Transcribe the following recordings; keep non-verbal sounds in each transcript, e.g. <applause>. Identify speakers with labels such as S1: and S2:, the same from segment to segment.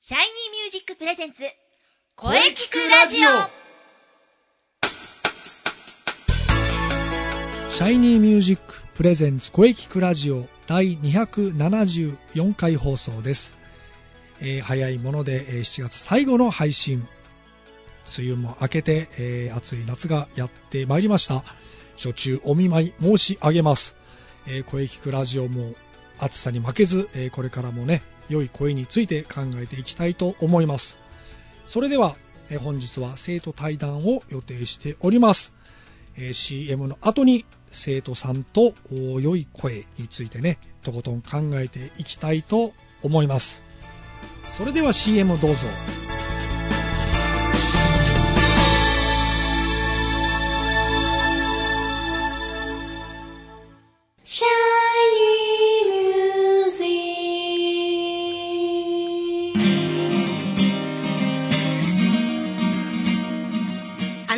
S1: シャイニーミュージックプレゼンツ
S2: 声聞くラジオ
S3: シャイニーミュージックプレゼンツ声聞くラジオ第274回放送です、えー早いもので、えー7月最後の配信梅雨も明けて、えー暑い夏がやってまいりました初中お見舞い申し上げます、えー声聞くラジオも暑さに負けず、えーこれからもね良い声について考えていきたいと思いますそれでは、えー本日は生徒対談を予定しておりますえー CM の後に生徒さんとお良い声についてねとことん考えていきたいと思いますそれでは CM どうぞ
S1: シャイニーミュージックあ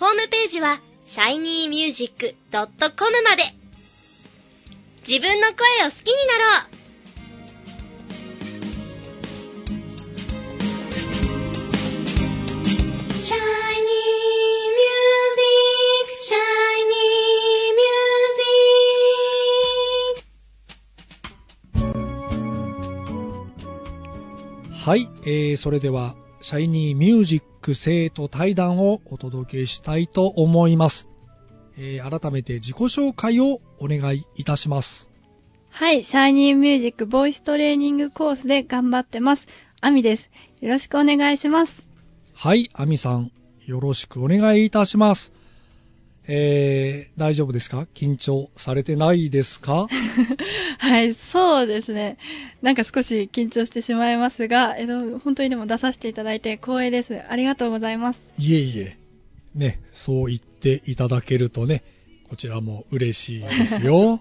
S1: ホームページは shinymusic.com まで自分の声を好きになろうシャイニーミュージック、シャイニーミュージック。
S3: はい、えーそれではシャイニーミュージック生徒対談をお届けしたいと思います、えー改めて自己紹介をお願いいたします
S4: はい、シャイニーミュージックボイストレーニングコースで頑張ってます。アミです。よろしくお願いします。
S3: はい、アミさん、よろしくお願いいたします。えー、大丈夫ですか緊張されてないですか
S4: はい、そうですね。なんか少し緊張してしまいますが、えっと、本当にでも出させていただいて光栄です。ありがとうございます。
S3: いえいえ。ね、そう言っていただけるとね、こちらも嬉しいですよ。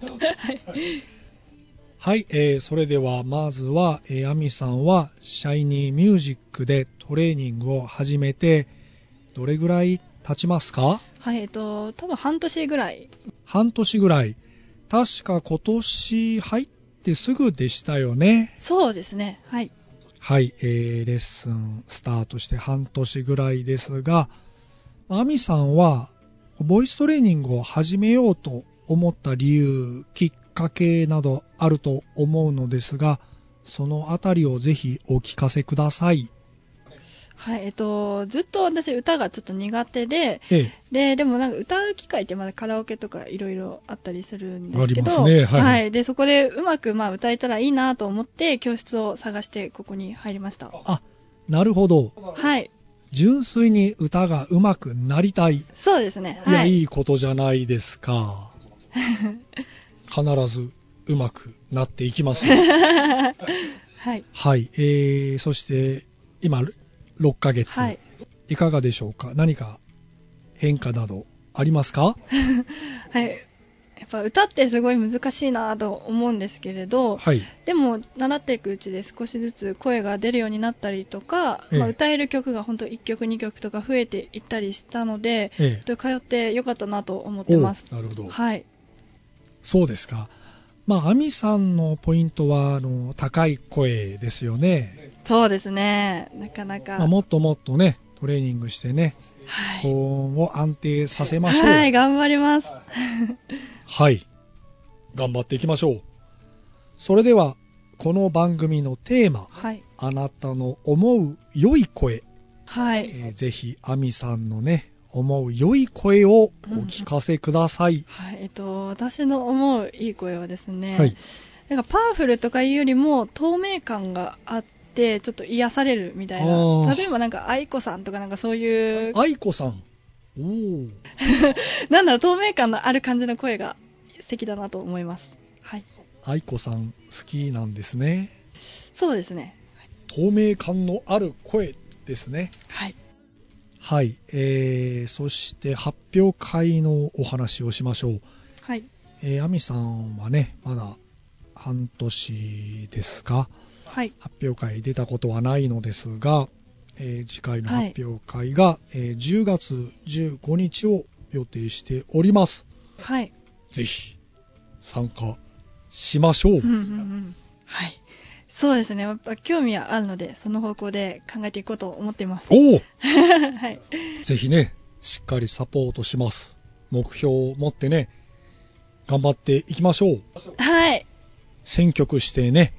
S3: はい、えー、それではまずは、えー、アミさんは、シャイニーミュージックでトレーニングを始めて、どれぐらい経ちますか
S4: はい、えっと、多分半年ぐらい。
S3: 半年ぐらい。確か今年入ってすぐでしたよね。
S4: そうですね。はい。
S3: はい、えーレッスンスタートして半年ぐらいですが、アミさんは、ボイストレーニングを始めようと思った理由、きっかけなどあると思うのですが、そのあたりをぜひお聞かせください。
S4: はい、えっと、ずっと私歌がちょっと苦手で、
S3: え
S4: で、でもなんか歌う機会ってまだカラオケとかいろいろあったりするんですけど、
S3: ありますねはい
S4: で、そこでうまくまあ歌えたらいいなと思って教室を探してここに入りました。
S3: あ、なるほど。
S4: はい。
S3: 純粋に歌が上手くなりたい。い
S4: そうですね。
S3: や、、
S4: はいい。
S3: いことじゃないですか。必ず上手くなっていきますよ。
S4: はい。
S3: はい、えー、そして今6ヶ月、
S4: はいい、
S3: かがでしょうか何か変化などありますか
S4: はい。やっぱ歌ってすごい難しいなと思うんですけれど、
S3: はい
S4: でも習っていくうちで少しずつ声が出るようになったりとか、
S3: ええ
S4: まあ、歌える曲が本当1曲2曲とか増えていったりしたので、
S3: え
S4: と通ってよかったなと思っ
S3: お
S4: て
S3: う
S4: ます。
S3: なるほど、
S4: はい。
S3: そうですかまあ亜美さんのポイントはあの高い声ですよね、
S4: そうですね。なかなか。
S3: まあ、もっともっとねトレーニングしてね
S4: はい。
S3: 高音を安定させましょう
S4: はい、頑張
S3: <laughs>
S4: ります。
S3: はい。頑張っていきましょう。それでは、この番組のテーマ、
S4: はい。
S3: あなたの思う良い声
S4: は
S3: え
S4: い。
S3: ーぜひ、アミさんのね、思う良い声をお聞かせください。
S4: はい、えっと、私の思ういい声はですね、
S3: はい。
S4: なんかパワフルとかいうよりも透明感があって、ちょっと癒されるみたい
S3: あー
S4: な。例えばなんか愛子さんとかなんかそういう、
S3: 愛子さん。おー
S4: なんだろう、透明感のある感じの声が素敵だなと思います。はい。
S3: 愛子さん、好きなんですね。
S4: そうですね。
S3: 透明感のある声ですね。
S4: はい。
S3: はい、えー、そして発表会のお話をしましょう。
S4: はい。
S3: えー、アミさんはね、まだ半年ですか、
S4: はい。
S3: 発表会出たことはないのですが、えー次回の発表会が、えー10月15日を予定しております。
S4: はい。
S3: ぜひ、参加しましょう。
S4: うんうんうん。はい。そうですね。やっぱ興味はあるので、その方向で考えていこうと思っています。
S3: おお
S4: <laughs> はい。
S3: ぜひね、しっかりサポートします。目標を持ってね、頑張っていきましょう。
S4: はい。
S3: 選曲してね、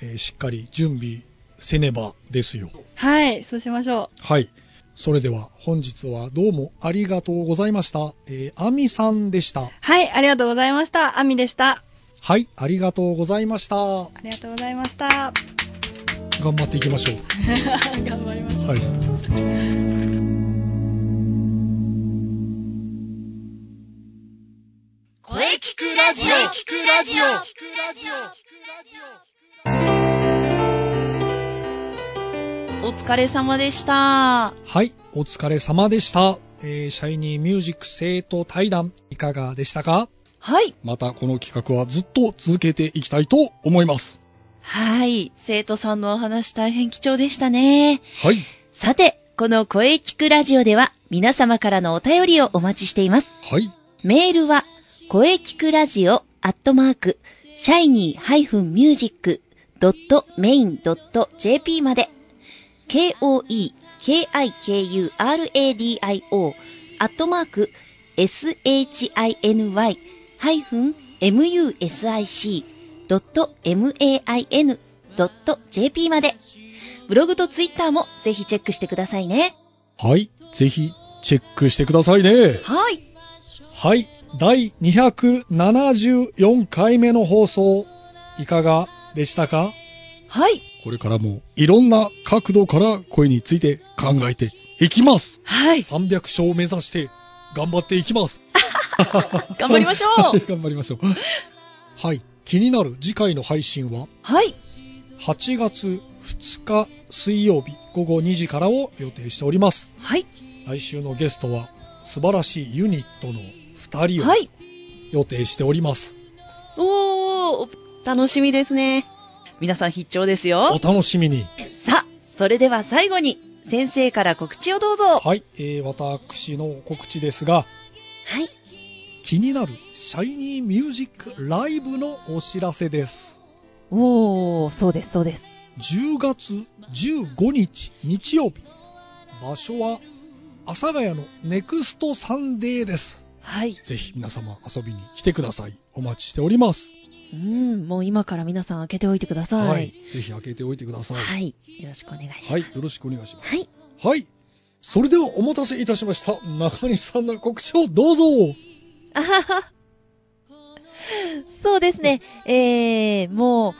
S3: えーしっかり準備せねばですよ。
S4: はい。そうしましょ
S3: はい。それでは本日はどうもありがとうございました。えー、アミさんでした
S4: う。。はい。ありがとうございました。アミでした。
S3: はい、ありがとうございました。
S4: ありがとうございま <laughs> した。
S3: 頑張っていきましょ
S4: 頑張りましょ
S3: う。
S4: う。
S3: はい。
S2: 声聞くラジオ声聞くラジオ
S5: お疲れ様でした。
S3: はい、お疲れ様でした。えー、シャイニーミュージック生徒対談いかがでしたか
S5: はい。
S3: またこの企画はずっと続けていきたいと思います。
S5: はい。生徒さんのお話大変貴重でしたね。
S3: はい。
S5: さて、この声聞くラジオでは皆様からのお便りをお待ちしています。
S3: はい。
S5: メールは、声聞くラジオアットマーク、シャイニー -music.main.jp まで、k-o-e-k-i-k-u-r-a-d-i-o アットマーク、shiny-music.main.jp まで、ブログとツイッターもぜひチェックしてくださいね。
S3: はい。ぜひ、チェックしてくださいね。
S5: はい。
S3: はい。第274回目の放送、いかがでしたか
S5: はい。
S3: これからもいろんな角度から声について考えていきます。
S5: はい。
S3: 300勝を目指して頑張っていきます。
S5: 頑張りましょ。
S3: はい
S1: <laughs>
S3: う <laughs> 頑張りましょう。はい。気になる次回の配信は
S5: はい。
S3: 8月2日水曜日午後2時からを予定しております。
S5: はい。
S3: 来週のゲストは素晴らしいユニットの2人を
S5: はい。
S3: 予定しております。
S5: おー、楽しみですね。皆さん必聴ですよ。
S3: お楽しみに。
S5: さあ、それでは最後に、先生から告知をどうぞ。
S3: はい、えー私の告知ですが、
S5: はい。
S3: 気になるシャイニーミュージックライブのお知らせです。
S5: おー、そうです、そうです。
S3: 10月15日日曜日、場所は阿佐ヶ谷のネクストサンデーです。
S5: はい。
S3: ぜひ皆様遊びに来てください。お待ちしております。
S5: うん、もう今から皆さん開けておいてください。
S3: はい、ぜひ開けておいてください。
S5: は。
S3: はい
S5: よろしくお願いします。
S3: い、よろしくお願いします。
S5: はい。
S3: はい。それではお待たせいたしました。中西さんの告知をどうぞ。
S5: あはは。そうですね。えー、もう、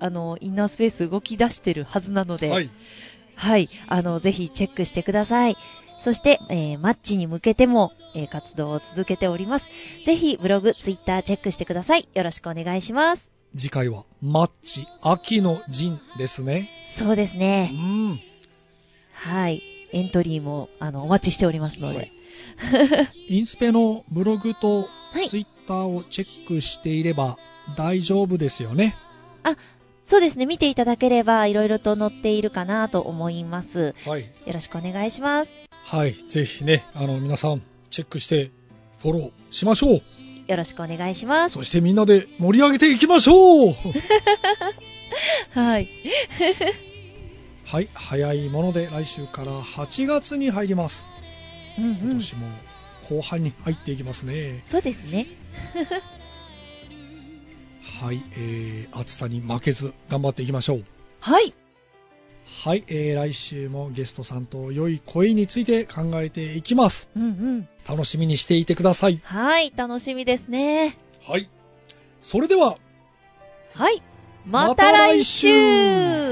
S5: あの、インナースペース動き出してるはずなので、
S3: はい。
S5: はい。あの、ぜひチェックしてください。そして、えーマッチに向けても、えー活動を続けております。ぜひ、ブログ、ツイッターチェックしてください。よろしくお願いします。
S3: 次回はマッチ秋の陣ですね。
S5: そうです
S3: う
S5: ね。
S3: ん。
S5: はい。エントリーも、あの、お待ちしておりますので。
S3: <laughs> インスペのブログと
S5: はい
S3: ツイッターをチェックしていれば大丈夫ですよね。
S5: そうですね。見ていただければ、いろいろと載っているかなと思います。
S3: はい。
S5: よろしくお願いします。
S3: はい。ぜひね、あの、皆さんチェックしてフォローしましょう。
S5: よろしくお願いします。
S3: そしてみんなで盛り上げていきましょう
S5: はい。
S3: はい。早いもので来週から8月に入ります。
S5: うんう
S3: 今
S5: ん。
S3: 年も後半に入っていきますね。
S5: そうですね。
S3: はい。えー、暑さに負けず頑張っていきましょう。
S5: はい。
S3: はい、えー来週もゲストさんと良い恋について考えていきます。
S5: うんうん。
S3: 楽しみにしていてください。
S5: はい。楽しみですね。
S3: はい。それでは、
S5: はい。
S3: ま
S5: ま
S3: た
S5: た
S3: 来
S5: 来
S3: 週
S5: 週